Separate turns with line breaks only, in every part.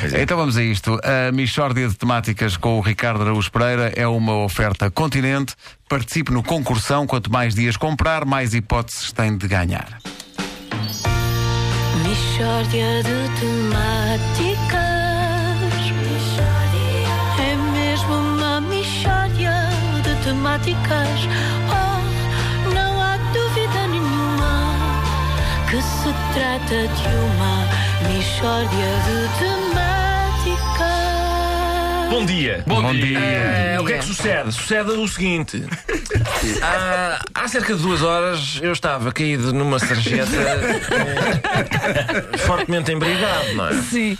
pois é.
Então vamos a isto. A Michórdia de Temáticas com o Ricardo Araújo Pereira é uma oferta continente. Participe no concursão. Quanto mais dias comprar, mais hipóteses tem de ganhar.
Mishória de temáticas É mesmo uma mishória de temáticas Oh, não há dúvida nenhuma Que se trata de uma mishória de temáticas
Bom dia.
Bom dia.
Eh, o que é que sucede? Sucede o seguinte: há, há cerca de duas horas eu estava caído numa sarjeta eh, fortemente embriagado, não é?
Sim.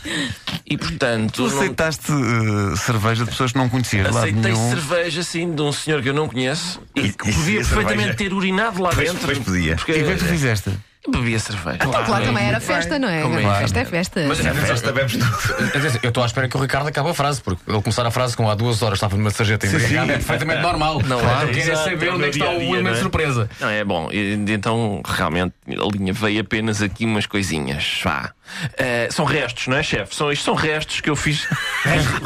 E portanto.
Tu
não-
aceitaste eh, cerveja de pessoas que não conhecias de lado
Aceitei
nenhum.
cerveja, assim, de um senhor que eu não conheço e,
E-
que
e
podia
a cerveja?
perfeitamente ter urinado lá
Pois-
dentro.
pois podia.
Porque
E o que é que tu
eh,
fizeste?
bebia cerveja.
Então, claro, também era festa, não é?
Como é?
Festa é festa.
Mas às vezes nós sabemos tudo.
Atenção, Eu estou à espera que o Ricardo acabe a frase, porque ele começar a frase com há duas horas estava numa sarjeta embriagada é perfeitamente normal.
Não,
claro,
é,
querem
exato,
saber
é o
onde é que
meu
está o
dia-a-dia,
elemento
não é?
de surpresa.
Não, é bom. E, Então, realmente, a linha veio apenas aqui umas coisinhas. Vá. Eh, são restos, não é, chefe? São, isto são restos que eu fiz.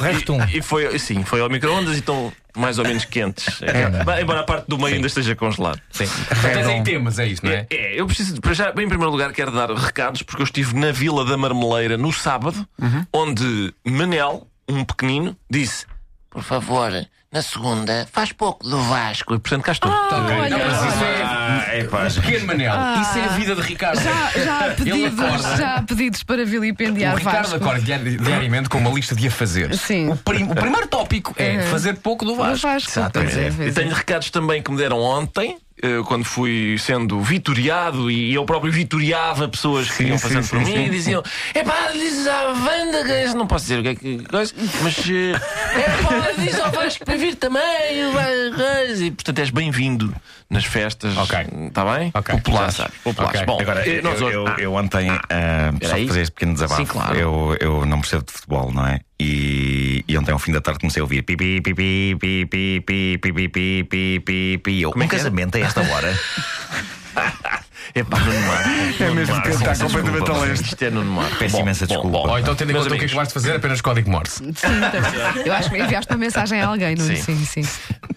Resto um.
E foi, sim, foi ao micro-ondas e estão mais ou menos quentes. Bem, Embora a parte do meio ainda esteja congelada. É. Sim.
Tens aí temas, é isso, não é?
É, eu preciso, de- para já, bem, em primeiro lugar, quero dar recados, porque eu estive na Vila da Marmeleira no sábado, onde Manel, um pequenino, disse: Por favor, na segunda, faz pouco do Vasco. E portanto, cá estou.
Não,
Olha,
mas isso é
Ah, é pá.
pequeno Manel.
Ah.
Isso é a vida de Ricardo.
já, já há pedidos,
acorda.
já há pedidos para vilipendiar
O Ricardo
Vasco.
acorda diari- diariamente com uma lista de afazeres.
Sim.
O, prim- o primeiro tópico é
Uhum.
fazer pouco do
O
Vasco.
Vasco.
Exatamente.
pois é,
Eu
pois é.
tenho recados também que me deram ontem, eh, quando fui sendo vitoriado e eu próprio vitoriava pessoas que iam passando por mim e diziam: é pá, diz à Wanda que. Não posso dizer o que é que coisa, mas. É pá, diz ao Vasco para vir também. o Vasco", E portanto és bem-vindo nas festas.
Ok.
Está bem?
Ok.
Populares.
Já sabes.
Populares.
Ok.
Bom,
Agora,
eh,
eu,
nós
eu,
hoje- Ah,
eu ontem, ah, só
aí.
para fazer este pequeno desabafo,
Sim, claro.
eu, eu não percebo de futebol, não é? E, e ontem, ao fim da tarde, comecei a ouvir pipi, pipi, pipi, pipi, pipi, pipi, pipi, pipi. Eu,
Como é
um
que é?
casamento a esta hora?
é pá, Nuno Marco.
É
Nuno
mesmo
Marco,
que está
desculpa,
completamente a leste.
Isto é Nuno Marco.
Peço
Bom,
imensa
bom,
desculpa.
bom.
Ou então, tendo em
Meus
conta o que é
amigos.
que vais fazer, apenas código Morse.
Sim, também. Eu acho que enviaste uma mensagem a alguém, não é?
Sim.
Sim, sim.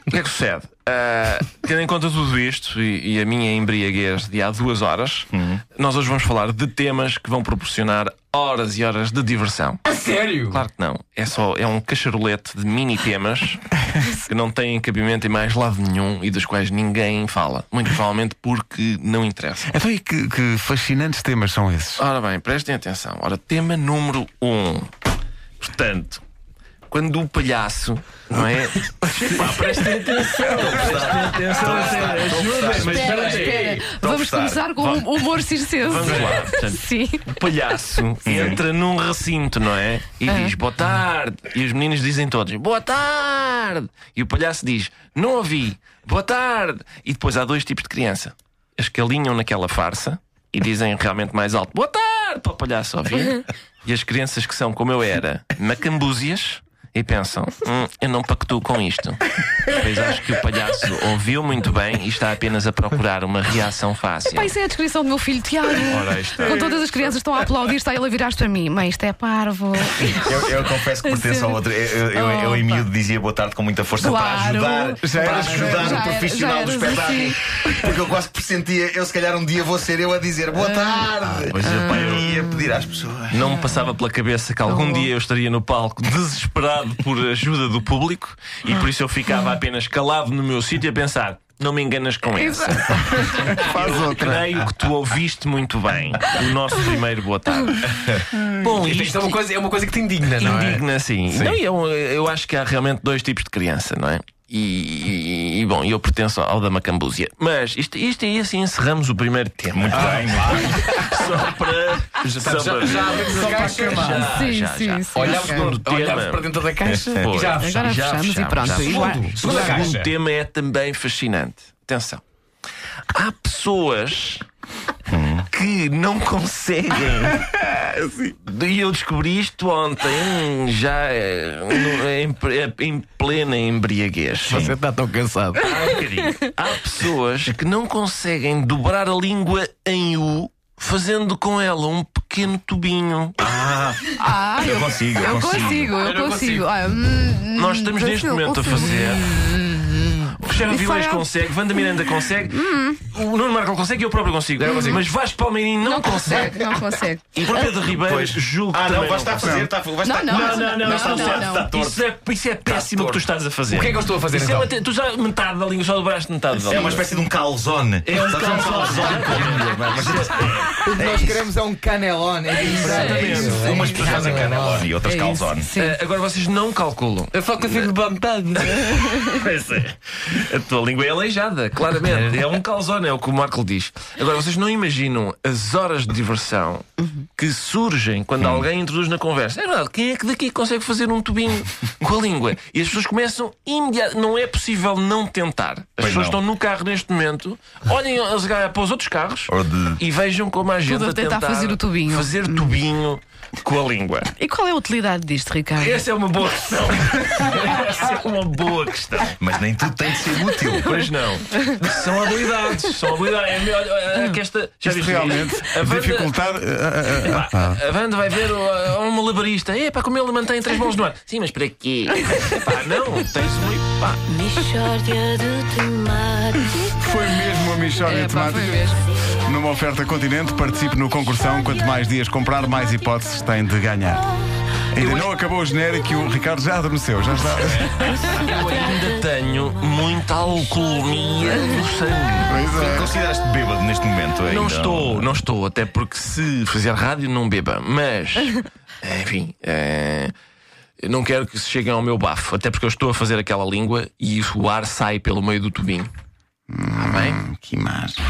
O que é que sucede? Ah, tendo em conta tudo isto e, e a minha embriaguez de há duas horas, nós hoje vamos falar de temas que vão proporcionar horas e horas de diversão.
Sério?
Claro que não. É só é um cacharolete de mini temas que não têm cabimento em mais lado nenhum e dos quais ninguém fala. Muito provavelmente porque não interessa.
Então, e que, que fascinantes temas são esses?
Ora bem, prestem atenção. Ora, tema número Um. Portanto, quando o palhaço, não é? Pá, prestem atenção. Prestem atenção.
Espera, espera. Vamos começar com o humor circense.
Vamos lá. Portanto,
Sim.
o palhaço entra num recinto, não é? E diz boa tarde. E os meninos dizem todos boa tarde. E o palhaço diz não ouvi, boa tarde. E depois há dois tipos de criança: as que alinham naquela farsa e dizem realmente mais alto boa tarde para o palhaço ouvir, e as crianças que são como eu era, macambúzias. E pensam, "Hum, eu não pactuo com isto. Pois acho que o palhaço ouviu muito bem e está apenas a procurar uma reação fácil.
Pá, isso é a descrição do meu filho Tiago.
Ora, isto
Com todas as crianças estão a aplaudir, está ele a virar-se para mim. Mãe, isto é parvo.
Eu, eu confesso que pertenço ao outro. Eu, eu, eu, eu em
É Opa.
miúdo dizia boa tarde com muita força para
Claro.
ajudar,
Já
para
eras-
ajudar
já
o
era-
profissional
já
do
eras
espetáculo.
assim.
Porque eu quase pressentia, eu se calhar um dia vou ser eu a dizer
Ah.
boa tarde.
Pois é, pá, eu-
E ia pedir às pessoas.
Não me passava pela cabeça que algum
Oh.
dia eu estaria no palco desesperado por ajuda do público e por isso eu ficava apenas calado no meu sítio a pensar. Não me enganas com essa.
Faz
Eu
outra.
creio que tu ouviste muito bem o nosso primeiro boa tarde. Bom,
Isto é uma coisa, é uma coisa que te indigna, não é?
indigna, sim. Não, e eu, eu acho que há realmente dois tipos de criança, não é? E, e- e, bom, eu pertenço ao da Macambúzia. Mas isto, isto aí assim encerramos o primeiro tema. Muito bem, só para. só para-
abrimos a caixa.
já,
sim,
já,
sim,
já.
sim.
Olhámos
Ok.
Segundo
para- olhámos
tema.
para dentro da caixa e já
Pois.
Agora
Já
fechamos, e
fechamos,
pronto.
já
E
fechamos.
lá-
O segundo
Segunda caixa.
tema é também fascinante. Atenção. Há pessoas que não conseguem. E eu descobri isto ontem, já eh, no- em, pre- em plena embriaguez.
Você está tão cansado.
Há um bocadinho. Há pessoas que não conseguem dobrar a língua em U, fazendo com ela um pequeno tubinho.
Ah,
Eu consigo, eu
Eu
consigo.
consigo,
Eu
eu
não consigo.
consigo. Ah, hum,
Nós estamos
hum,
neste
eu
momento a
consigo.
fazer.
hum.
O Cheiro Vilés
Rafael.
consegue, Wanda Miranda consegue,
Hum.
o Nuno Marco consegue e eu próprio consigo. Mas Vasco Palmeirinho não,
Não
consegue.
consegue, não consegue.
E Pedro Ribeiro
Pois.
julgo que
Ah, não, tá
também
vais estar a fazer. Tá, vais
Não,
estar...
não,
Não, não, não,
não,
está
não,
certo,
não.
está torto. Isso é, isso é péssimo o que tu estás a fazer.
O que é que eu estou a fazer,
Isso é
então?
uma te- tu já metade da língua, só dobraste metade da língua.
É uma espécie de um calzone.
É um
Sabes,
calzone.
calzone. é? Mas-
O que nós queremos é um canelone. É
Exatamente.
diferente.
Umas pessoas fazem canelone e outras
É isso,
calzone.
Sim.
Ah, agora vocês não calculam.
Eu
É.
só consigo levantar.
Pois é. A tua língua é aleijada, claramente. É um calzone, é o que o Marco diz. Agora, vocês não imaginam as horas de diversão que surgem quando alguém introduz na conversa. É verdade, quem é que daqui consegue fazer um tubinho com a língua? E as pessoas começam imediatamente. Não é possível não tentar. As pessoas
não.
estão no carro neste momento, olhem a- se calhar para os outros carros
Ou de-
e vejam como a gente
Tudo a tentar fazer o tubinho.
Fazer tubinho com a língua.
E qual é a utilidade disto, Ricardo?
Essa é uma boa questão. Essa é uma boa questão.
Mas nem tudo tem de ser útil.
Pois não. São habilidades. São habilidades. É melhor. olha, que esta. Já
Isto
viste?
realmente
A Wanda-
dificultar. eh, eh, eh, pá.
A Wanda vai ver o- um malabarista. É, pá, como ele mantém três mãos no ar. Sim, mas para quê? Pá, não. Tens muito. Pá.
Mishória de temáticas.
eh, Foi mesmo uma Michórdia
É, pá, foi
temática.
mesmo.
Numa oferta continente, participe no concursão. Quanto mais dias comprar, mais hipóteses tem de ganhar. Ainda não acabou o genérico e o Ricardo já adormeceu. Já está.
Eu ainda tenho muita alcoolemia no sangue.
Pois é.
Consideraste bêbado neste momento ainda?
Não estou, não estou, até porque se fizer rádio não beba, mas enfim, eh, eu não quero que se cheguem ao meu bafo, até porque eu estou a fazer aquela língua e o ar sai pelo meio do tubinho. Está bem?
Que imagem.